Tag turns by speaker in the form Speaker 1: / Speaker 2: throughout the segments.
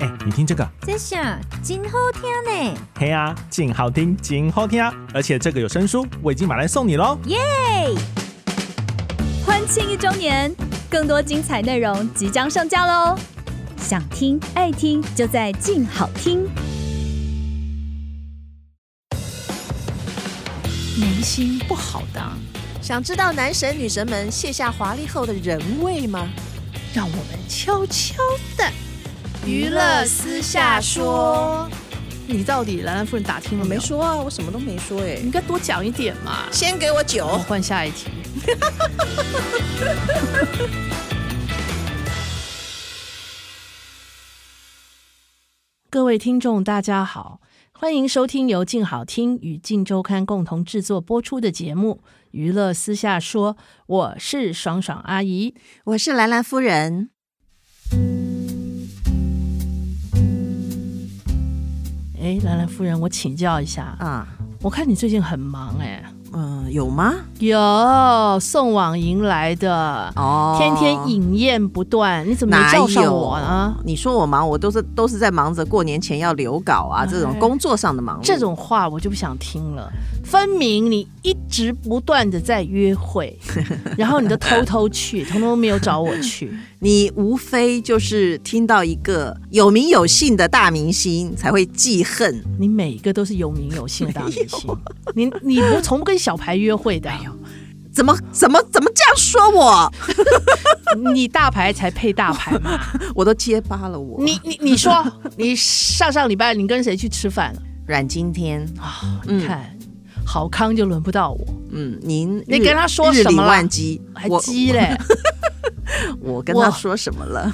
Speaker 1: 哎、你听这个，
Speaker 2: 这下真好听呢！
Speaker 1: 嘿啊，劲好听，劲好听啊！而且这个有声书，我已经买来送你喽。
Speaker 2: 嘿，
Speaker 3: 欢庆一周年，更多精彩内容即将上架喽！想听爱听就在静好听。
Speaker 4: 明星不好当，
Speaker 5: 想知道男神女神们卸下华丽后的人味吗？
Speaker 4: 让我们悄悄的
Speaker 5: 娱乐私下说。
Speaker 4: 你到底兰兰夫人打听
Speaker 5: 我
Speaker 4: 了没
Speaker 5: 没
Speaker 4: 有？
Speaker 5: 说啊，我什么都没说哎
Speaker 4: 你应。该多讲一点嘛。
Speaker 5: 先给我
Speaker 4: 我
Speaker 5: 酒，
Speaker 4: 换下一 题。各位听众，大家好，欢迎收听由静好听与静周刊共同制作播出的节目《娱乐私下说》，我是爽爽阿姨。
Speaker 5: 我是兰兰夫人。
Speaker 4: 哎，兰兰夫人，我请教一下，
Speaker 5: 啊，
Speaker 4: 我看你最近很忙哎、
Speaker 5: 嗯、有吗？
Speaker 4: 有送网迎来的，
Speaker 5: 哦
Speaker 4: 天天饮宴不断，你怎么没
Speaker 5: 哪
Speaker 4: 叫
Speaker 5: 有
Speaker 4: 上我啊呢？？
Speaker 5: 你说我忙，我都是都是在忙着过年前要留稿啊，这种
Speaker 4: 哎
Speaker 5: 工作上的忙碌。
Speaker 4: 这种话我就不想听了。分明你一直不断的在约会，然后你都偷偷去，通通没有找我去。
Speaker 5: 你无非就是听到一个有名有姓的大明星才会记恨。
Speaker 4: 你每一个都是有名有姓的大明星，你你不从不跟小牌约会的，
Speaker 5: 怎么怎么怎么这样说我？
Speaker 4: 你大牌才配大牌嘛。
Speaker 5: 我都结巴了我。
Speaker 4: 你你你说，你上上礼拜你跟谁去吃饭了？
Speaker 5: 阮经天，
Speaker 4: 你看，好康就轮不到我，
Speaker 5: 嗯，您
Speaker 4: 你
Speaker 5: 日
Speaker 4: 跟他说什么
Speaker 5: 日理
Speaker 4: 了
Speaker 5: 万机，
Speaker 4: 还
Speaker 5: 我
Speaker 4: 鸡 嘞。
Speaker 5: 我跟他
Speaker 4: 我
Speaker 5: 说什么了？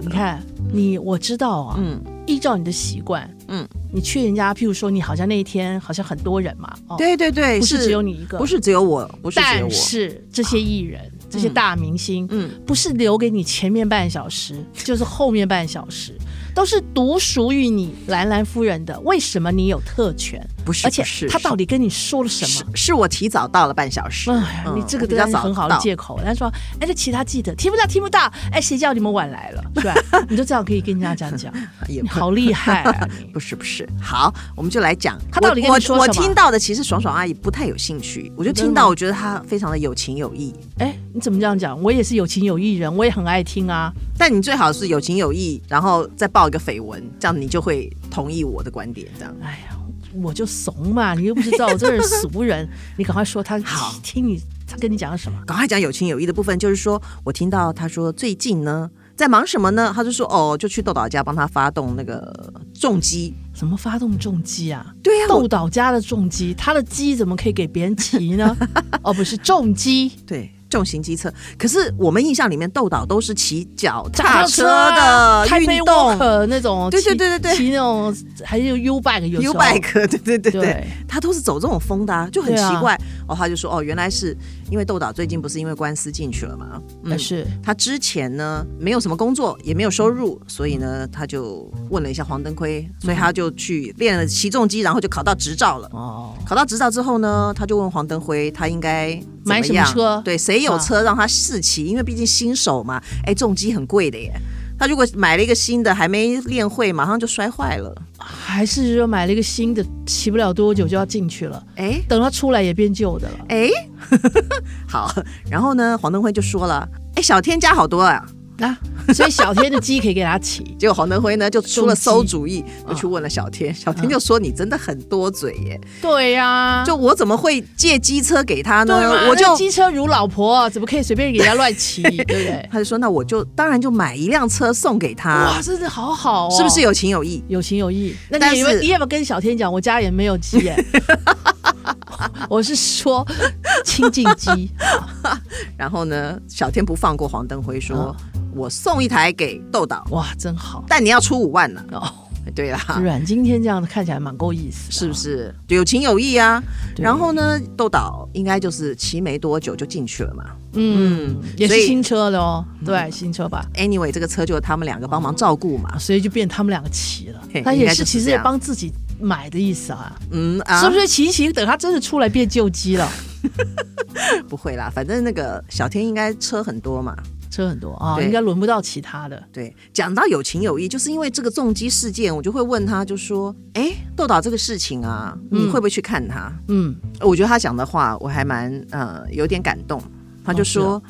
Speaker 4: 你看，你我知道啊，
Speaker 5: 嗯，
Speaker 4: 依照你的习惯，
Speaker 5: 嗯，
Speaker 4: 你去人家，譬如说你好像那一天好像很多人嘛，哦，，
Speaker 5: 对对对，
Speaker 4: 不是只有你一个
Speaker 5: 不是只有我，不是只有
Speaker 4: 但
Speaker 5: 我。
Speaker 4: 是这些艺人、这些大明星，
Speaker 5: 嗯，
Speaker 4: 不是留给你前面半小 时，就是后面半小时，都是独属于你兰兰夫人的。为什么你有特权？
Speaker 5: 不是
Speaker 4: 而且
Speaker 5: 不是
Speaker 4: 他
Speaker 5: 是
Speaker 4: 到底跟你说了什
Speaker 5: 是
Speaker 4: 么？
Speaker 5: 是我提早到了半小时。
Speaker 4: 哎呀，
Speaker 5: 嗯
Speaker 4: 你这个
Speaker 5: 我比
Speaker 4: 当然是
Speaker 5: 较早
Speaker 4: 很好的
Speaker 5: 到
Speaker 4: 借口。他说：“哎，这其他记得听不到，听不到。哎，谁叫你们晚来 了，对吧？你就这样可以跟人家这样讲，
Speaker 5: 也
Speaker 4: 你
Speaker 5: 不
Speaker 4: 好厉害啊！你
Speaker 5: 不是不是，好，我们就来讲
Speaker 4: 他到底
Speaker 5: 我
Speaker 4: 跟你说
Speaker 5: 我我
Speaker 4: 什么
Speaker 5: 听到的其实爽爽阿姨不太有兴趣，我就
Speaker 4: 真的
Speaker 5: 听到，
Speaker 4: 吗
Speaker 5: 我觉得她非常的有情有义。
Speaker 4: 哎，你怎么这样讲？我也是有情有义人，我也很爱听啊。
Speaker 5: 但你最好是有情有义，然后再报一个绯闻，这样你就会同意我的观点。这样
Speaker 4: 哎呀，我就怂嘛，你又不知道我这是俗 人，你赶快说他
Speaker 5: 好
Speaker 4: 听你他跟你讲了什么？
Speaker 5: 赶快讲有情有义的部分，就是说我听到他说最近呢在忙什么呢？他就说哦，就去豆导家帮他发动那个重机。
Speaker 4: 怎么发动重击啊？
Speaker 5: 对呀、
Speaker 4: 豆
Speaker 5: 哎我
Speaker 4: 岛家的重击，他的鸡怎么可以给别人骑 呢？哦，不是重击，
Speaker 5: 对。重型机车，可是我们印象里面豆导都是骑脚踏
Speaker 4: 踏
Speaker 5: 车
Speaker 4: 啊
Speaker 5: 的
Speaker 4: 开
Speaker 5: 运
Speaker 4: 飞
Speaker 5: 动
Speaker 4: walker 那种，
Speaker 5: 对
Speaker 4: 骑
Speaker 5: 对对对对
Speaker 4: 骑那种还有 U bike 有时
Speaker 5: ，U
Speaker 4: 候
Speaker 5: bike，对 对对对
Speaker 4: 对，
Speaker 5: 他都是走这种风的、啊，就很
Speaker 4: 对
Speaker 5: 奇
Speaker 4: 啊
Speaker 5: 怪。哦，他就说哦，原来是因为豆导最近不是因为官司进去了嘛，
Speaker 4: 但是
Speaker 5: 他之前呢没有什么工作，也没有收入，所以呢他就问了一下黄登辉，所以他就去练了起重机，然后就考到执照了。
Speaker 4: 哦，
Speaker 5: 考到执照之后呢，他就问黄登辉，他应该怎么
Speaker 4: 买什么
Speaker 5: 样
Speaker 4: 车
Speaker 5: 对，谁有
Speaker 4: 啊
Speaker 5: 车让他试骑？因为毕竟新手嘛，哎，重机很贵的耶。他如果买了一个新的，还没练会，马上就摔坏了。
Speaker 4: 还是说买了一个新的，骑不了多久就要进去了，
Speaker 5: 哎
Speaker 4: 等他出来也变旧的了。
Speaker 5: 哎， 好。然后呢，黄登辉就说了，哎，小天加好多啊。。
Speaker 4: 啊，所以小天的鸡可以给他骑
Speaker 5: 结果黄登辉呢就出了馊
Speaker 4: 动机
Speaker 5: 主意，就去问了小天。小天就说：“你真的很多嘴耶，
Speaker 4: 对呀、
Speaker 5: 就我怎么会借机车给他
Speaker 4: 对嘛
Speaker 5: 呢？我就
Speaker 4: 那机车如老婆，啊怎么可以随便给人家乱 骑，对不对？
Speaker 5: 他就说那我就当然就买一辆车送给他
Speaker 4: 哇，，真的好好哦，
Speaker 5: 啊是不是有情有义？
Speaker 4: 有情有义？那
Speaker 5: 但
Speaker 4: 你有没有
Speaker 5: 是
Speaker 4: 你要不要跟小天讲，我家也没有鸡耶？ 我是说亲近鸡，
Speaker 5: 然后呢，小天不放过黄登辉，说
Speaker 4: 啊：
Speaker 5: 我送一台给豆导，
Speaker 4: 哇，真好
Speaker 5: 但你要出五万呢。
Speaker 4: 哦。
Speaker 5: 对啦，
Speaker 4: 阮今天这样子看起来蛮够意思的，
Speaker 5: 啊是不是有情有义啊？
Speaker 4: 对
Speaker 5: 然后呢，豆导应该就是骑没多久就进去了嘛。
Speaker 4: 嗯，也
Speaker 5: 所
Speaker 4: 是
Speaker 5: 以嗯
Speaker 4: 新车的哦，对，新车吧。
Speaker 5: Anyway，这个车就是他们两个帮忙照顾嘛。
Speaker 4: 所以就变他们两个骑了
Speaker 5: 嘿，
Speaker 4: 他
Speaker 5: 应
Speaker 4: 也
Speaker 5: 该
Speaker 4: 是
Speaker 5: 就是
Speaker 4: 其实
Speaker 5: 这
Speaker 4: 也
Speaker 5: 样
Speaker 4: 帮自己买的意思啊，
Speaker 5: 嗯啊，
Speaker 4: 是不是骑一骑，等他真的出来 变旧鸡了？
Speaker 5: 不会啦，反正那个小天应该车很多嘛，
Speaker 4: 车很多啊，
Speaker 5: 对
Speaker 4: 应该轮不到其他的。
Speaker 5: 对，讲到有情有义，就是因为这个重击事件，我就会问他，就说：“哎，豆导这个事情啊，你会不会去看他？”呃
Speaker 4: 嗯，
Speaker 5: 我觉得他讲的话，我还蛮呃有点感动。他就
Speaker 4: 哦是
Speaker 5: 说：“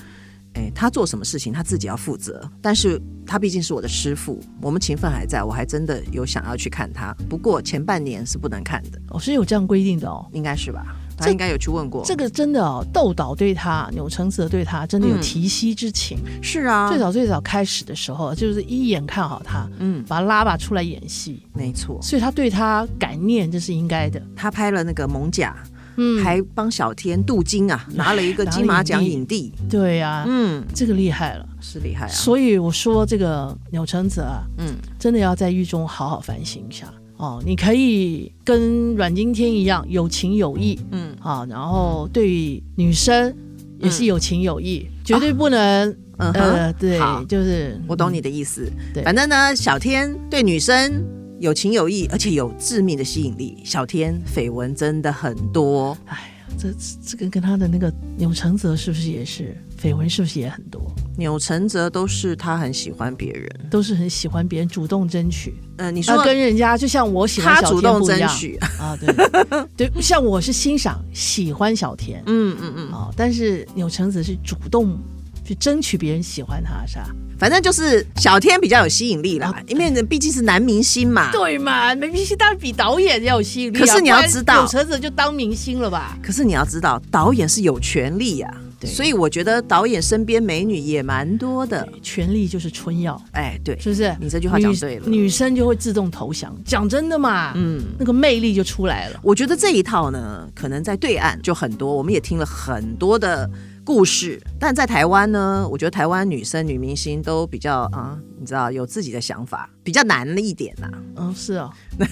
Speaker 5: 哎、他做什么事情他自己要负责，但是他毕竟是我的师傅，我们情分还在，我还真的有想要去看他。不过前半年是不能看的，
Speaker 4: 我、是有这样规定的哦。
Speaker 5: 应该是吧？他
Speaker 4: 这
Speaker 5: 应该有去问过。
Speaker 4: 这个真的哦，豆导对他，钮承泽对他，真的有
Speaker 5: 嗯
Speaker 4: 提膝之情。
Speaker 5: 是啊，
Speaker 4: 最早最早开始的时候，就是一眼看好他，
Speaker 5: 嗯，
Speaker 4: 把他拉拔出来演戏，
Speaker 5: 没错，
Speaker 4: 所以他对他感念这是应该的。
Speaker 5: 他拍了那个《蒙甲》，
Speaker 4: 嗯，
Speaker 5: 还帮小天镀 金啊，拿了一个
Speaker 4: 拿了
Speaker 5: 金马奖
Speaker 4: 影
Speaker 5: 影帝。
Speaker 4: 对呀、
Speaker 5: 嗯，
Speaker 4: 这个厉害了。
Speaker 5: 是厉害啊。
Speaker 4: 所以我说这个钮承泽啊，
Speaker 5: 嗯，
Speaker 4: 真的要在狱中好好反省一下哦。你可以跟阮经天一样有情有义
Speaker 5: 嗯
Speaker 4: 啊，然后对于女生也是
Speaker 5: 嗯
Speaker 4: 有情有义，绝对不能、
Speaker 5: 嗯哼，
Speaker 4: 呃，对
Speaker 5: 好，
Speaker 4: 就是
Speaker 5: 我懂你的意思。
Speaker 4: 对
Speaker 5: 反正呢，小天对女生有情有义，而且有致命的吸引力。小天绯闻真的很多，
Speaker 4: 哎呀，这这这个跟他的那个钮承泽是不是也是绯闻，是不是也很多？
Speaker 5: 钮承泽都是他很喜欢别人。
Speaker 4: 都是很喜欢别人主动争取，
Speaker 5: 嗯、你
Speaker 4: 他
Speaker 5: 说
Speaker 4: 呃跟人家就像我喜欢
Speaker 5: 他
Speaker 4: 小
Speaker 5: 主
Speaker 4: 天
Speaker 5: 动
Speaker 4: 不一
Speaker 5: 争
Speaker 4: 样
Speaker 5: 取，
Speaker 4: 啊，对 对，像我是欣赏喜欢小田
Speaker 5: 嗯嗯嗯，
Speaker 4: 啊，但是钮承泽是主动去争取别人喜欢他，是吧？
Speaker 5: 反正就是小天比较有吸引力啦，
Speaker 4: 啊
Speaker 5: 因为呢毕竟是男明星嘛。
Speaker 4: 对嘛，没明星当然比导演要有吸引力啊、
Speaker 5: 可是你要
Speaker 4: 不然
Speaker 5: 知道
Speaker 4: 钮承泽就当明星了吧？
Speaker 5: 可是你要知道，导演是有权利呀、
Speaker 4: 对
Speaker 5: 所以我觉得导演身边美女也蛮多的。
Speaker 4: 权力就是春药，
Speaker 5: 哎，对，
Speaker 4: 是不是？
Speaker 5: 你这句话讲对了
Speaker 4: 女，女生就会自动投降。讲真的嘛，
Speaker 5: 嗯。
Speaker 4: 那个魅力就出来了。
Speaker 5: 我觉得这一套呢，可能在对岸就很多，我们也听了很多的故事，但在台湾呢，我觉得台湾女生女明星都比较啊、你知道有自己的想法，比较难了一点呐、
Speaker 4: 嗯，是哦。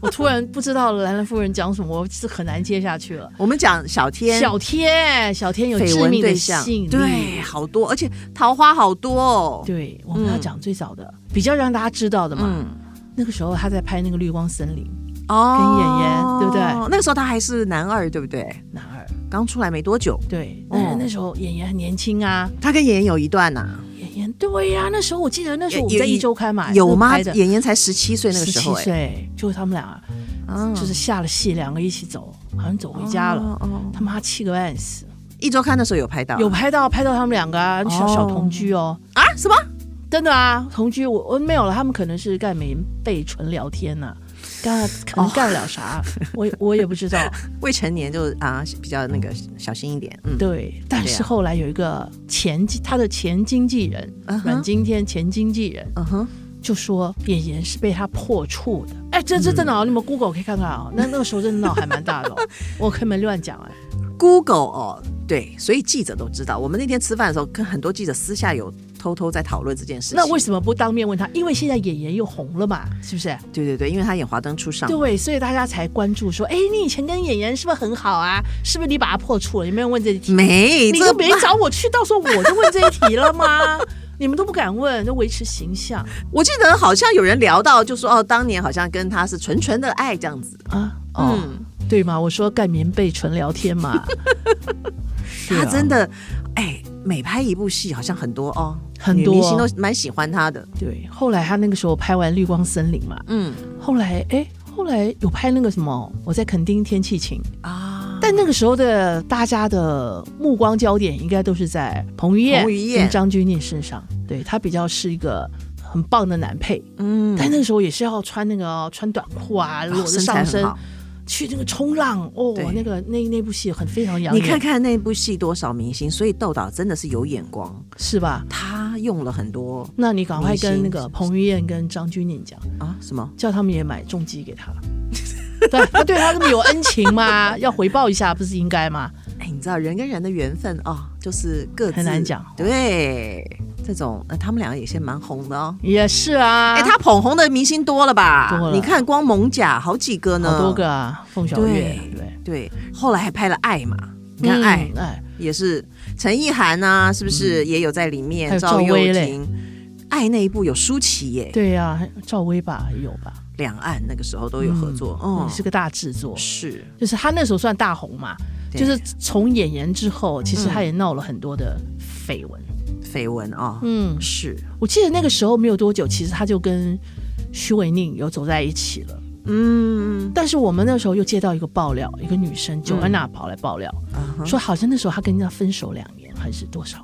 Speaker 4: 我突然不知道兰兰夫人讲什么，我是很难接下去了。
Speaker 5: 我们讲小天。
Speaker 4: 小天，小天有
Speaker 5: 绯
Speaker 4: 致
Speaker 5: 闻
Speaker 4: 命的
Speaker 5: 对象
Speaker 4: 吸引力，
Speaker 5: 对，好多，而且桃花好多哦。
Speaker 4: 对，我们要
Speaker 5: 嗯
Speaker 4: 讲最早的，比较让大家知道的嘛。
Speaker 5: 嗯，
Speaker 4: 那个时候他在拍那个《绿光森林》，
Speaker 5: 哦，
Speaker 4: 跟演员对不对
Speaker 5: 那个时候他还是男二，对不对？
Speaker 4: 男二
Speaker 5: 刚出来没多久，
Speaker 4: 对，但是
Speaker 5: 哦
Speaker 4: 那时候演员很年轻啊，
Speaker 5: 他跟演员有一段呐、
Speaker 4: 演员对呀、那时候我记得那时候
Speaker 5: 有
Speaker 4: 我们在
Speaker 5: 有
Speaker 4: 一周刊嘛，
Speaker 5: 有吗？
Speaker 4: 哎那时候拍的
Speaker 5: 演员才十七岁那个时候、
Speaker 4: 17岁，就是他们俩
Speaker 5: 哎，啊
Speaker 4: 就是下了戏，两个一起走，好像走回家了，
Speaker 5: 哦哦
Speaker 4: 他妈气个半死，
Speaker 5: 一周刊的时候有拍到啊，
Speaker 4: 有拍到拍到他们两个啊，小小同居哦。
Speaker 5: 啊？什么？
Speaker 4: 真的啊，同居我我没有了，他们可能是盖棉被纯聊天呐、干了可
Speaker 5: 哦
Speaker 4: 能干不了啥，我也我也不知道。
Speaker 5: 未成年就啊比较那个小心一点，嗯，
Speaker 4: 对，但
Speaker 5: 对
Speaker 4: 是
Speaker 5: 啊
Speaker 4: 后来有一个前经他的前经纪人
Speaker 5: 嗯哼
Speaker 4: 阮经天前经纪人
Speaker 5: 嗯哼，
Speaker 4: 就说演员是被他破处的。哎，这这
Speaker 5: 嗯
Speaker 4: 真的哦，你们 Google 可以看看啊、那那个时候真的闹还蛮大的、 哦，我可没乱讲哎、
Speaker 5: Google 哦，对，所以记者都知道。我们那天吃饭的时候，跟很多记者私下有偷偷在讨论这件事情。
Speaker 4: 那为
Speaker 5: 么？
Speaker 4: 什么不当面问他？因为现在演员又红了嘛，是不是？
Speaker 5: 对对对，因为他演《华灯初上》，
Speaker 4: 对，所以大家才关注说，哎，你以前跟演员是不是很好啊？是不是你把他破处了？有没有人问这一题？
Speaker 5: 没，
Speaker 4: 你
Speaker 5: 这
Speaker 4: 就别找我去，到时候我就问这一题了吗？ 你们都不敢问，就维持形象
Speaker 5: 我记得好像有人聊到，就说哦，当年好像跟他是纯纯的爱这样子。
Speaker 4: 啊？哦，
Speaker 5: 嗯，
Speaker 4: 对嘛，我说盖棉被纯聊天 嘛，是啊
Speaker 5: 他真的，哎，每拍一部戏，好像很多哦，
Speaker 4: 很
Speaker 5: 女
Speaker 4: 多
Speaker 5: 明星都蛮喜欢他的。
Speaker 4: 对。后来他那个时候拍完《绿光森林》嘛，
Speaker 5: 嗯
Speaker 4: 后来哎，后来有拍那个什么，我在垦丁天气晴，
Speaker 5: 啊，
Speaker 4: 但那个时候的大家的目光焦点应该都是在彭于晏
Speaker 5: 彭于晏
Speaker 4: 跟张钧甯身上，对他比较是一个很棒的男配，
Speaker 5: 嗯
Speaker 4: 但那个时候也是要穿那个哦穿短裤啊，裸
Speaker 5: 哦
Speaker 4: 着
Speaker 5: 身材
Speaker 4: 上
Speaker 5: 很
Speaker 4: 身
Speaker 5: 好
Speaker 4: 去那个冲浪哦
Speaker 5: 对，
Speaker 4: 那个那那部戏很非常养
Speaker 5: 你
Speaker 4: 眼，
Speaker 5: 看看那部戏多少明星，所以豆导真的是有眼光。
Speaker 4: 是吧？
Speaker 5: 他用了很多
Speaker 4: 那你赶快跟那
Speaker 5: 明
Speaker 4: 个
Speaker 5: 星
Speaker 4: 彭于晏跟张钧甯讲，
Speaker 5: 啊什么？
Speaker 4: 叫他们也买重机给他。 对他对他这么有恩情 吗？要回报一下，不是应该吗？
Speaker 5: 哎，你知道人跟人的缘分哦，就是各自
Speaker 4: 很难讲
Speaker 5: 对，这种、呃、他们两个也是蛮红的哦。
Speaker 4: 也是啊，
Speaker 5: 哎、他捧红的明星多了吧？
Speaker 4: 多了
Speaker 5: 你看光蒙甲好几个呢，
Speaker 4: 好多个。啊，凤小岳
Speaker 5: 对
Speaker 4: 对不对？
Speaker 5: 对，后来还拍了《爱》嘛，你看《爱
Speaker 4: 哎》哎，
Speaker 5: 也是陈意涵啊，是不是也有在里
Speaker 4: 嗯还
Speaker 5: 面？
Speaker 4: 有赵
Speaker 5: 又
Speaker 4: 薇嘞
Speaker 5: 廷，《爱》那一部有舒淇耶，
Speaker 4: 对呀、赵薇吧有吧，
Speaker 5: 两岸那个时候都有合作，
Speaker 4: 嗯
Speaker 5: 哦，
Speaker 4: 是个大制作，
Speaker 5: 是
Speaker 4: 就是他那时候算大红嘛，
Speaker 5: 对
Speaker 4: 就是从演员之后，其实他也闹了很多的绯闻，
Speaker 5: 绯闻啊、
Speaker 4: 嗯，
Speaker 5: 是，
Speaker 4: 我记得那个时候没有多久，其实他就跟徐伟宁有走在一起了。
Speaker 5: 嗯，
Speaker 4: 但是我们那时候又接到一个爆料，一个女生九安娜跑来爆料，
Speaker 5: 啊哈哦
Speaker 4: 说好像那时候她跟人家分手两年还是多少。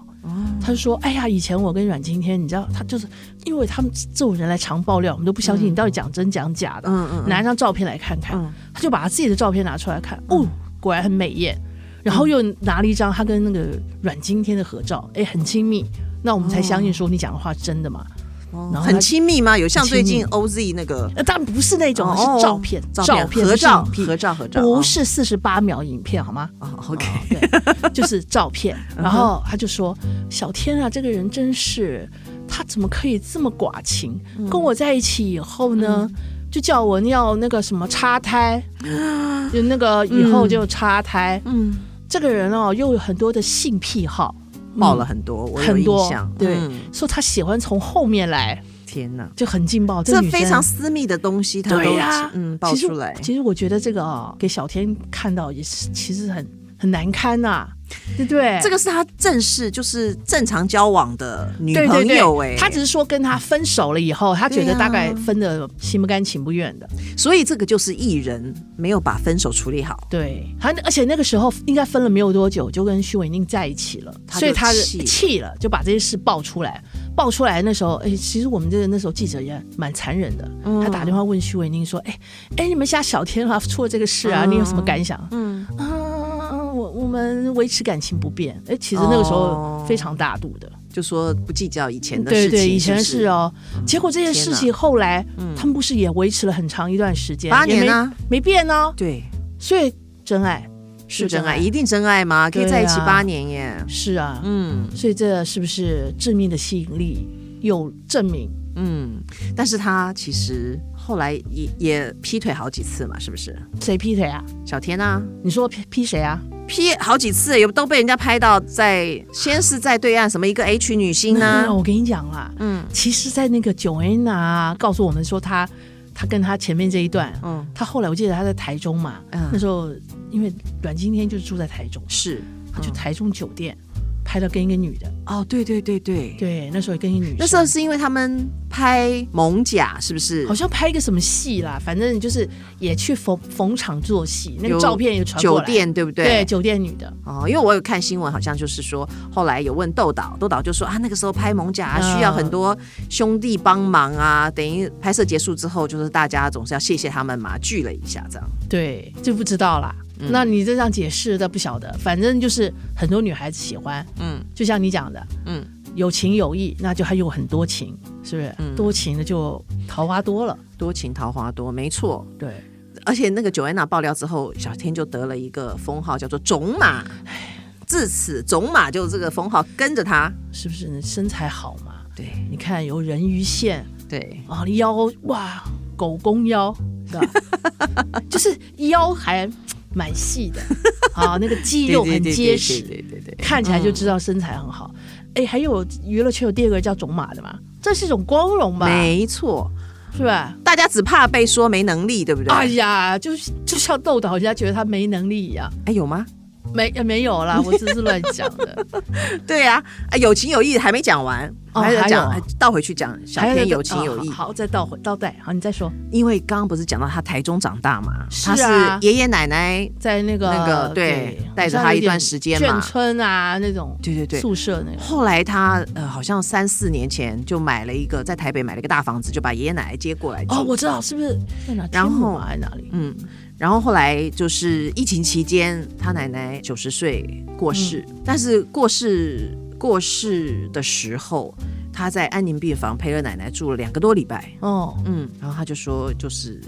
Speaker 4: 她就说：“哎呀，以前我跟阮经天，你知道，他就是因为他们这种人来常爆料，我们都不相信你到底讲真讲假的。
Speaker 5: 嗯嗯，
Speaker 4: 拿一张照片来看看，
Speaker 5: 嗯
Speaker 4: 他就把他自己的照片拿出来看，哦，果然很美艳。然后又拿了一张他跟那个阮经天的合照，哎，很亲密。那我们才相信说你讲的话是真的嘛？
Speaker 5: 哦
Speaker 4: 然后他
Speaker 5: 很亲密吗？有像
Speaker 4: 很亲
Speaker 5: 最近
Speaker 4: 密
Speaker 5: OZ 那个
Speaker 4: 呃，当然不是那种，是
Speaker 5: 哦
Speaker 4: 照片，
Speaker 5: 照片
Speaker 4: 片
Speaker 5: 合照
Speaker 4: 不是影片
Speaker 5: 合照合照
Speaker 4: 不是四十八秒影片 好吗？
Speaker 5: 哦 o k
Speaker 4: 对，就是照片。
Speaker 5: 嗯
Speaker 4: 然后他就说：“小天啊，这个人真是，他怎么可以这么寡情？
Speaker 5: 嗯
Speaker 4: 跟我在一起以后呢，就叫我要那个什么插 胎，就那个以后就插胎。
Speaker 5: 嗯，
Speaker 4: 这个人哦，又有很多的性癖好，
Speaker 5: 爆了很多，我有
Speaker 4: 很多
Speaker 5: 印象，，
Speaker 4: 对，
Speaker 5: 嗯
Speaker 4: 说他喜欢从后面来，
Speaker 5: 天哪，
Speaker 4: 就很劲爆。
Speaker 5: 这
Speaker 4: 女生
Speaker 5: 非常私密的东西，他都
Speaker 4: 对呀、
Speaker 5: 嗯爆出来嗯
Speaker 4: 其实。其实我觉得这个啊、给小天看到也是，其实很很难堪呐、对不对？
Speaker 5: 这
Speaker 4: 个
Speaker 5: 个是他正式就是正常交往的女
Speaker 4: 对对
Speaker 5: 朋友哎、
Speaker 4: 对，他只是说跟他分手了以后，他觉得
Speaker 5: 对啊
Speaker 4: 大概分的心不甘情不愿的。
Speaker 5: 所以这个就是艺人没有把分手处理好，
Speaker 4: 对，他而且那个时候应该分了没有多久，就跟徐伟宁在一起了，
Speaker 5: 他就
Speaker 4: 所以他
Speaker 5: 气了
Speaker 4: 气了，就把这些事爆出来。爆出来那时候，哎，其实我们这个那时候记者也蛮残忍的，
Speaker 5: 嗯
Speaker 4: 他打电话问徐伟宁说：“哎哎，你们家小天啊出了这个事啊，你有什么感想？”嗯啊，我我们维持感情不变。哎，其实那个时候
Speaker 5: 哦
Speaker 4: 非常大度的，
Speaker 5: 就说不计较以前的事
Speaker 4: 对对，
Speaker 5: 情，
Speaker 4: 以前
Speaker 5: 是不嗯
Speaker 4: 是，哦。结果这件事
Speaker 5: 天嗯
Speaker 4: 情后来，他们不是也维持了很长一段时间，
Speaker 5: 八
Speaker 4: 也
Speaker 5: 年
Speaker 4: 没
Speaker 5: 啊
Speaker 4: 没变哦。
Speaker 5: 对，
Speaker 4: 所以真爱
Speaker 5: 是真爱，一定真爱吗？可以
Speaker 4: 对
Speaker 5: 在一起
Speaker 4: 啊
Speaker 5: 八年耶，
Speaker 4: 是啊，
Speaker 5: 嗯
Speaker 4: 所以这是不是致命的吸引力有证明？
Speaker 5: 嗯，但是他其实后来也也劈腿好几次嘛，是不是？
Speaker 4: 谁劈腿啊？
Speaker 5: 小天啊，
Speaker 4: 你说劈劈谁啊？
Speaker 5: 劈好几次，也都被人家拍到在，先是在对岸什么一个 H 女星呢
Speaker 4: 没 有，，我跟你讲啦，
Speaker 5: 嗯
Speaker 4: 其实，在那个九 N 啊，告诉我们说他他跟他前面这一段，
Speaker 5: 嗯
Speaker 4: 他后来我记得他在台中嘛，那
Speaker 5: 嗯，
Speaker 4: 时候因为阮经天就是住在台中，
Speaker 5: 是，
Speaker 4: 他去台中酒店拍到跟一个女的，
Speaker 5: 哦，对对对对，
Speaker 4: 对，那时候跟一个女生，
Speaker 5: 那时候是因为他们拍《猛甲》，是不是
Speaker 4: 好？像拍一个什么戏啦，反正就是也去逢逢场作戏，那
Speaker 5: 有
Speaker 4: 个照片也传过
Speaker 5: 酒
Speaker 4: 来，
Speaker 5: 店对不对？
Speaker 4: 对酒店女的，
Speaker 5: 哦，因为我有看新闻，好像就是说，后来有问豆导，豆导就说啊，那个时候拍《猛甲、啊》
Speaker 4: 嗯
Speaker 5: 需要很多兄弟帮忙啊，等于拍摄结束之后，就是大家总是要谢谢他们嘛，聚了一下这样。
Speaker 4: 对，就不知道啦。
Speaker 5: 嗯
Speaker 4: 那你这样解释的不晓得，反正就是很多女孩子喜欢，
Speaker 5: 嗯
Speaker 4: 就像你讲的，
Speaker 5: 嗯，
Speaker 4: 有情有义，那就还有很多情，是不是？
Speaker 5: 嗯
Speaker 4: 多情的就桃花多了，
Speaker 5: 多情桃花多，没错。
Speaker 4: 对，
Speaker 5: 而且那个九安娜爆料之后，小天就得了一个封号，叫做“种马”。自此，种马就这个封号跟着他。
Speaker 4: 是不是？你身材好嘛？
Speaker 5: 对
Speaker 4: 你看有人鱼线
Speaker 5: 对，
Speaker 4: 啊，腰哇，狗公腰，是吧？ 就是腰还蛮细的啊，那个肌肉很结实，
Speaker 5: 对对对对
Speaker 4: 看起来就知道身材很
Speaker 5: 嗯
Speaker 4: 好。哎，还有娱乐圈有第二个叫种马的嘛？这是一种光荣吧？
Speaker 5: 没错。
Speaker 4: 是吧？
Speaker 5: 大家只怕被说没能力，对不对？
Speaker 4: 哎
Speaker 5: 哎
Speaker 4: 呀，就是就像豆导，人家觉得他没能力一样，
Speaker 5: 哎有吗？
Speaker 4: 没呃没有 啦，我只是乱讲的。
Speaker 5: 对呀、啊，有情有义还没讲完，
Speaker 4: 哦
Speaker 5: 还要讲、
Speaker 4: 还有
Speaker 5: 倒回去讲小
Speaker 4: 还
Speaker 5: 天
Speaker 4: 那个
Speaker 5: 有情有义，
Speaker 4: 哦好好，再倒回倒带，好，你再说，
Speaker 5: 因为刚刚不是讲到他台中长大嘛，
Speaker 4: 是啊
Speaker 5: 他是爷爷奶奶，
Speaker 4: 在那个
Speaker 5: 那个对带着他一段时间嘛
Speaker 4: 眷村啊那种
Speaker 5: 对对对。
Speaker 4: 宿舍那个，
Speaker 5: 后来他呃，好像三四年前就买了一个在台北买了一个大房子，就把爷爷奶奶接过来住。
Speaker 4: 哦，我知道是不是在哪？
Speaker 5: 然后
Speaker 4: 天母啊还是哪里？
Speaker 5: 嗯，然后后来就是疫情期间，他奶奶九十岁过世，
Speaker 4: 嗯
Speaker 5: 但是过世过世的时候，他在安宁病房陪了奶奶住了两个多礼拜。
Speaker 4: 哦，
Speaker 5: 嗯，然后他就说，就是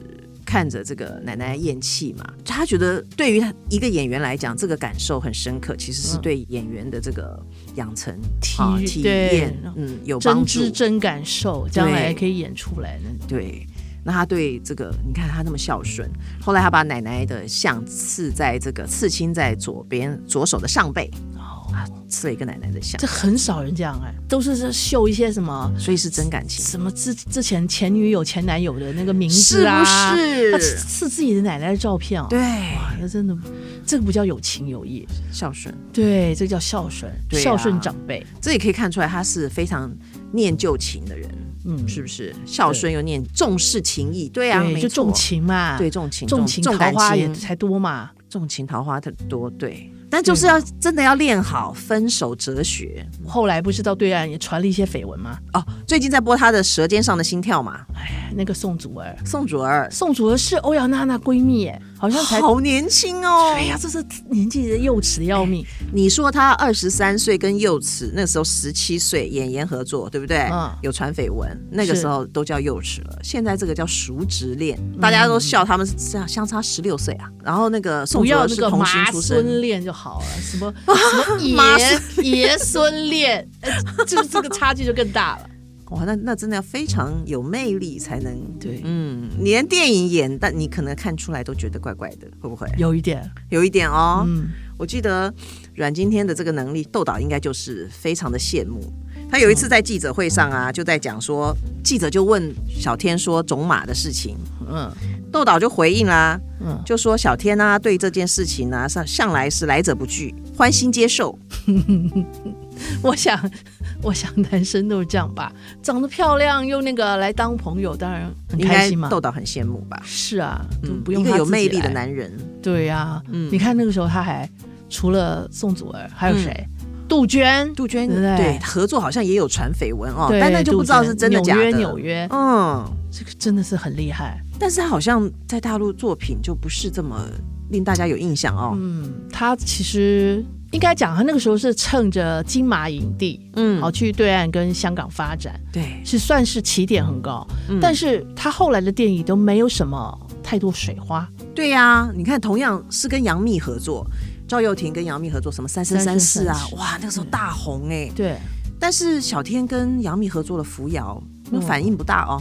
Speaker 5: 看着这个奶奶咽气嘛，他觉得对于他一个演员来讲，这个感受很深刻，其实是
Speaker 4: 嗯
Speaker 5: 对演员的这个养成、
Speaker 4: 体
Speaker 5: 啊体
Speaker 4: 对
Speaker 5: 验，嗯，有帮
Speaker 4: 真
Speaker 5: 助
Speaker 4: 知。真感受，将来
Speaker 5: 对
Speaker 4: 可以演出来那种。
Speaker 5: 对，那他对这个，你看他那么孝顺，后来他把奶奶的像刺在这个刺青在左边左手的上背，
Speaker 4: 哦
Speaker 5: 啊，刺了一个奶奶的像
Speaker 4: 这，很少人这样哎，都是是秀一些什么
Speaker 5: 所以是真感情，
Speaker 4: 什么之之前前女友前男友的那个名字啊，
Speaker 5: 是
Speaker 4: 他
Speaker 5: 不
Speaker 4: 刺
Speaker 5: 是？
Speaker 4: 刺自己的奶奶的照片哦，
Speaker 5: 对，
Speaker 4: 哇，那真的这个不叫有情有义，
Speaker 5: 孝顺，
Speaker 4: 对，这叫孝顺，
Speaker 5: 对啊
Speaker 4: 孝顺长辈，
Speaker 5: 这也可以看出来他是非常念旧情的人，
Speaker 4: 嗯，
Speaker 5: 是不是？孝顺又念重视情义，对啊，
Speaker 4: 对，
Speaker 5: 没
Speaker 4: 就
Speaker 5: 错
Speaker 4: 重，情嘛，
Speaker 5: 对重情，
Speaker 4: 重情
Speaker 5: 重
Speaker 4: 桃
Speaker 5: 感
Speaker 4: 花也
Speaker 5: 情，
Speaker 4: 才多嘛，
Speaker 5: 重情桃花的多，对。
Speaker 4: 嗯
Speaker 5: 但就是要真的要练好分手哲学
Speaker 4: 后来不是到对岸也传了一些绯闻吗？
Speaker 5: 哦。最近在播他的《舌尖上的心跳》嘛，
Speaker 4: 哎，那个宋祖儿，
Speaker 5: 宋祖儿
Speaker 4: 宋祖儿是欧阳娜娜闺蜜耶，好像才。
Speaker 5: 好年轻哦。
Speaker 4: 哎呀，这是年纪幼齿的要命，
Speaker 5: 你说他二十三岁跟幼齿那时候十七岁演员合作，对不对？
Speaker 4: 嗯
Speaker 5: 有传绯闻，那个时候都叫幼齿了，现在这个叫熟职恋，大家都笑他们是相相差十六岁啊。然后那个
Speaker 4: 嗯
Speaker 5: 宋
Speaker 4: 不
Speaker 5: 祖
Speaker 4: 要
Speaker 5: 儿
Speaker 4: 那
Speaker 5: 是
Speaker 4: 个
Speaker 5: 童星
Speaker 4: 麻
Speaker 5: 出身
Speaker 4: 孙。恋就好了，什么 什么爷爷孙恋，呃就是这个差距就更大 了。
Speaker 5: 哇，那那真的要非常有魅力才能，
Speaker 4: 对，
Speaker 5: 嗯，你连电影演，但你可能看出来都觉得怪怪的，会不会？
Speaker 4: 有一点，
Speaker 5: 有一点哦，
Speaker 4: 嗯，
Speaker 5: 我记得阮经天的这个能力，豆导应该就是非常的羡慕。他有一
Speaker 4: 嗯
Speaker 5: 次在记者会上啊，就在讲说，记者就问小天说种马的事情，
Speaker 4: 嗯
Speaker 5: 豆导就回应啦，
Speaker 4: 嗯，
Speaker 5: 就说小天啊对这件事情啊向向来是来者不拒，欢欣接受。
Speaker 4: 我想，我想男生都是这样吧，长得漂亮又那个来当朋友，当然很
Speaker 5: 应
Speaker 4: 开
Speaker 5: 该
Speaker 4: 心嘛。
Speaker 5: 豆导很羡慕吧？
Speaker 4: 是啊，都
Speaker 5: 嗯，
Speaker 4: 不用
Speaker 5: 一
Speaker 4: 他
Speaker 5: 个有
Speaker 4: 自己
Speaker 5: 魅力的
Speaker 4: 来。
Speaker 5: 男人，
Speaker 4: 对呀，
Speaker 5: 嗯
Speaker 4: 你看那个时候他还除了宋祖儿，还有谁？杜鹃，
Speaker 5: 杜鹃
Speaker 4: 对不对
Speaker 5: 对合作好像也有传绯闻哦，
Speaker 4: 对
Speaker 5: 但那就不知道是真的
Speaker 4: 杜
Speaker 5: 假
Speaker 4: 鹃
Speaker 5: 的。
Speaker 4: 纽约，纽约，
Speaker 5: 嗯，
Speaker 4: 这个真的是很厉害。
Speaker 5: 但是他好像在大陆作品就不是这么令大家有印象哦。
Speaker 4: 嗯，他其实应该讲，他那个时候是趁着金马影帝，
Speaker 5: 嗯
Speaker 4: 好去对岸跟香港发展，
Speaker 5: 对，嗯
Speaker 4: 是算是起点很高。但
Speaker 5: 是。
Speaker 4: 是他后来的电影都没有什么太多水花，
Speaker 5: 对呀、你看，同样是跟杨幂合作，赵又廷跟杨幂合作什么《三生三世》啊
Speaker 4: 三生三，世
Speaker 5: 哇，那个时候大红哎、
Speaker 4: 对
Speaker 5: 但是小天跟杨幂合作的《扶摇》，那
Speaker 4: 嗯
Speaker 5: 反应不大哦。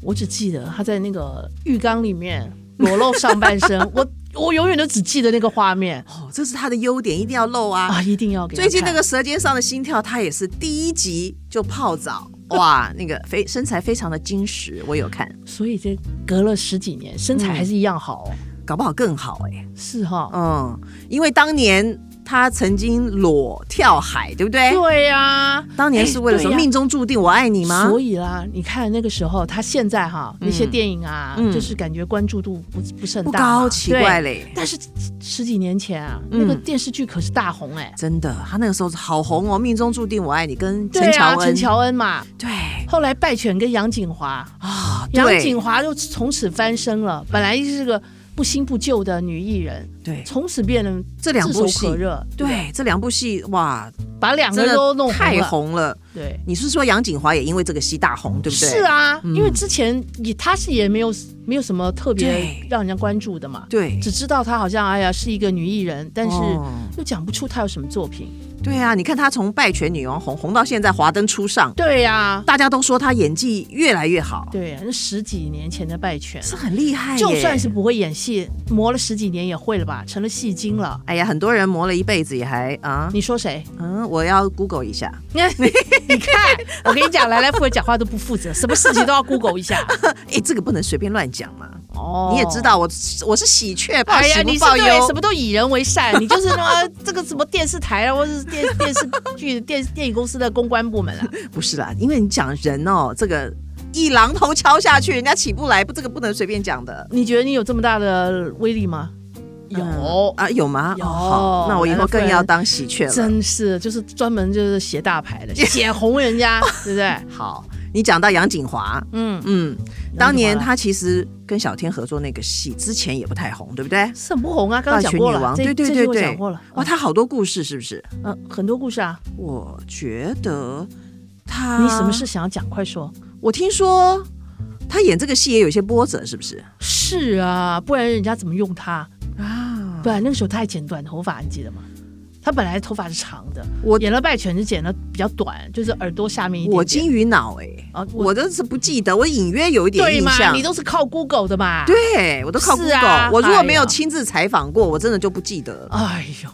Speaker 4: 我只记得他在那个浴缸里面裸露上半 身，我我永远都只记得那个画面
Speaker 5: 哦，这是他的优点，一定要露啊。
Speaker 4: 啊，一定要给他
Speaker 5: 最近那
Speaker 4: 看
Speaker 5: 个《舌尖上的心跳》，他也是第一集就 泡澡，哇，那个非身材非常的矜持，我有看，
Speaker 4: 所以这隔了十几年，身
Speaker 5: 嗯
Speaker 4: 材还是一样好、哦
Speaker 5: 搞不好更好哎、
Speaker 4: 是哈、
Speaker 5: 嗯，因为当年他曾经裸跳海，对不对？
Speaker 4: 对呀、
Speaker 5: 当年是为了什么？
Speaker 4: 哎对呀
Speaker 5: 命中注定我爱你吗？
Speaker 4: 所以啦，你看那个时候，他现在哈、那些
Speaker 5: 嗯
Speaker 4: 电影啊，
Speaker 5: 嗯
Speaker 4: 就是感觉关注度不不是很
Speaker 5: 不
Speaker 4: 大嘛，
Speaker 5: 高，奇
Speaker 4: 对。
Speaker 5: 怪嘞。
Speaker 4: 但是十几年前啊，
Speaker 5: 嗯
Speaker 4: 那个电视剧可是大红哎、
Speaker 5: 真的，他那个时候好红哦，《命中注定我爱你》跟
Speaker 4: 对啊，
Speaker 5: 陈乔恩，
Speaker 4: 陈乔恩嘛，
Speaker 5: 对
Speaker 4: 后来败犬跟杨锦华，
Speaker 5: 啊，
Speaker 4: 杨
Speaker 5: 对
Speaker 4: 锦华就从此翻身了，本来是个不新不旧的女艺人，
Speaker 5: 对
Speaker 4: 从此变得
Speaker 5: 这两
Speaker 4: 炙
Speaker 5: 部
Speaker 4: 手
Speaker 5: 戏
Speaker 4: 可，热，
Speaker 5: 对这两部戏哇，
Speaker 4: 把两
Speaker 5: 真
Speaker 4: 个
Speaker 5: 的
Speaker 4: 都弄
Speaker 5: 太
Speaker 4: 了，
Speaker 5: 红了。
Speaker 4: 对。
Speaker 5: 你是说杨锦华也因为这个戏大红，对不对？
Speaker 4: 是，啊，
Speaker 5: 嗯
Speaker 4: 因为之前也她是也没有没有什么特别
Speaker 5: 对
Speaker 4: 让人家关注的嘛，
Speaker 5: 对，
Speaker 4: 只知道她好像哎呀是一个女艺人，但是
Speaker 5: 哦
Speaker 4: 又讲不出她有什么作品。
Speaker 5: 对啊，你看他从《拜权女王》红红到现在《华灯初上》，
Speaker 4: 对呀、
Speaker 5: 大家都说他演技越来越好，
Speaker 4: 对呀、那十几年前的败犬，
Speaker 5: 是很厉害耶。
Speaker 4: 就算是不会演戏，磨了十几年也会了吧，成了戏精了。
Speaker 5: 哎呀，很多人磨了一辈子也还啊，
Speaker 4: 你说谁？
Speaker 5: 嗯，我要 Google 一下，
Speaker 4: 你看，你看，我跟你讲，来来富儿讲话都不负责，什么事情都要 Google 一下。
Speaker 5: 哎，这个不能随便乱讲嘛。
Speaker 4: 哦
Speaker 5: 你也知，道我我是喜鹊，怕
Speaker 4: 哎呀，
Speaker 5: 喜
Speaker 4: 你
Speaker 5: 不
Speaker 4: 是
Speaker 5: 报
Speaker 4: 对
Speaker 5: 忧
Speaker 4: 什。么都以人为善，你就是说这个什么电视台啊，或者是电电视剧、电电影公司的公关部门啊，
Speaker 5: 不是啦，因为你讲人哦，这个一榔头敲下去，人家起不来，不，这个不能随便讲的。
Speaker 4: 你觉得你有这么大的威力吗？
Speaker 5: 嗯啊，有吗？
Speaker 4: 有
Speaker 5: 哦好，那我以后更要当喜鹊了。
Speaker 4: 真是，就是专门就是写大牌 的，写红人家，对不对？
Speaker 5: 好，你讲到杨锦华，
Speaker 4: 嗯，
Speaker 5: 嗯，当年
Speaker 4: 他
Speaker 5: 他其实跟小天合作那个戏之前也不太红，对不对？
Speaker 4: 是很不红啊，刚刚讲过
Speaker 5: 霸
Speaker 4: 了，
Speaker 5: 权
Speaker 4: 这
Speaker 5: 女王对对
Speaker 4: 这句
Speaker 5: 对
Speaker 4: 我
Speaker 5: 对哦
Speaker 4: 讲过了。
Speaker 5: 哇，他好多故事是不是？
Speaker 4: 嗯，很多故事啊。
Speaker 5: 我觉得他，
Speaker 4: 你什么事？想要讲，快说。
Speaker 5: 我听说他演这个戏也有一些波折，是不是？
Speaker 4: 是啊，不然人家怎么用他？
Speaker 5: 啊，
Speaker 4: 对，那个时候他还剪短头发，你记得吗？他本来头发是长的，
Speaker 5: 我
Speaker 4: 演了败犬是剪的比较短，就是耳朵下面一点点。
Speaker 5: 我金鱼脑哎、
Speaker 4: 啊，我
Speaker 5: 我都是不记得，我隐约有一点
Speaker 4: 对
Speaker 5: 印
Speaker 4: 嘛，
Speaker 5: 象。
Speaker 4: 你都是靠 Google 的嘛。，
Speaker 5: 对我都靠
Speaker 4: 是
Speaker 5: Google，、
Speaker 4: 啊
Speaker 5: 我如果没
Speaker 4: 哎
Speaker 5: 有
Speaker 4: 呀
Speaker 5: 亲自采访过，我真的就不记得了。
Speaker 4: 哎呦，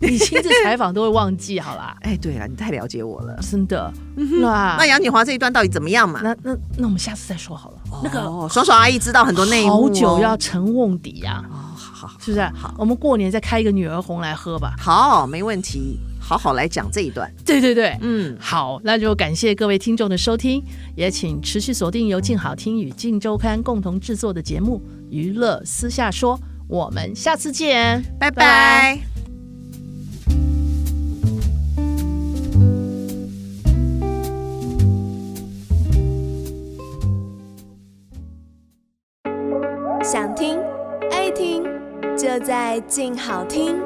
Speaker 4: 你亲自采访都会忘记，好啦，
Speaker 5: 哎，对了，你太了解我了。
Speaker 4: 真的。那
Speaker 5: 嗯那杨锦华这一段到底怎么样嘛？
Speaker 4: 那那那我们下次再说好了。那个
Speaker 5: 哦，爽爽阿姨知道很多内幕、哦，
Speaker 4: 好久要陈瓮底呀，啊
Speaker 5: 哦好好好
Speaker 4: 是不是？
Speaker 5: 好
Speaker 4: 我们过年再开一个女儿红来喝吧。
Speaker 5: 好，没问题，好好来讲这一段。
Speaker 4: 对对对，
Speaker 5: 嗯，
Speaker 4: 好，那就感谢各位听众的收听，也请持续锁定由静好听与静周刊共同制作的节目《娱乐私下说》，我们下次见，
Speaker 5: 拜拜。
Speaker 3: 想听爱听，就在静好听。